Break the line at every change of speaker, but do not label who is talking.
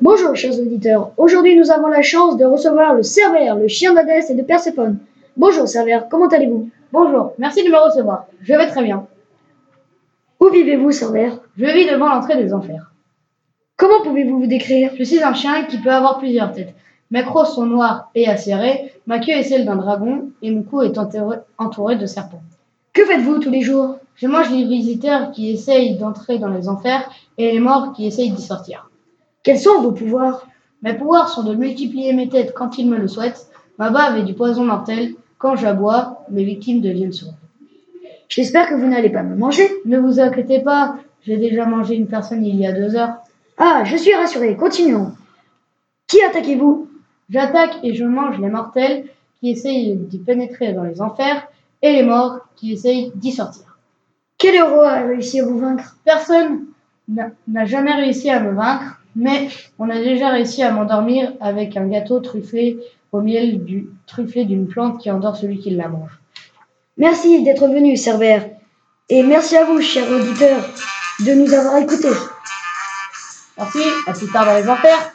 Bonjour chers auditeurs, aujourd'hui nous avons la chance de recevoir le Cervère, le chien d'Hadès et de Perséphone. Bonjour Cervère, comment allez-vous
Bonjour, merci de me recevoir. Je vais très bien.
Où vivez-vous Cervère
Je vis devant l'entrée des enfers.
Comment pouvez-vous vous décrire
Je suis un chien qui peut avoir plusieurs têtes. Mes crocs sont noirs et acérés, ma queue est celle d'un dragon et mon cou est enterré- entouré de serpents.
Que faites-vous tous les jours
Je mange les visiteurs qui essayent d'entrer dans les enfers et les morts qui essayent d'y sortir.
Quels sont vos pouvoirs
Mes pouvoirs sont de multiplier mes têtes quand ils me le souhaitent, ma bave est du poison mortel, quand j'aboie, mes victimes deviennent sourdes.
J'espère que vous n'allez pas me manger.
Ne vous inquiétez pas, j'ai déjà mangé une personne il y a deux heures.
Ah, je suis rassuré, continuons. Qui attaquez-vous
J'attaque et je mange les mortels qui essayent d'y pénétrer dans les enfers et les morts qui essayent d'y sortir.
Quel héros a réussi à vous vaincre
Personne n'a n'a jamais réussi à me vaincre, mais on a déjà réussi à m'endormir avec un gâteau truffé au miel du truffé d'une plante qui endort celui qui la mange.
Merci d'être venu, Cervère. Et merci à vous, chers auditeurs, de nous avoir écoutés.
Merci, à plus tard dans les enfers.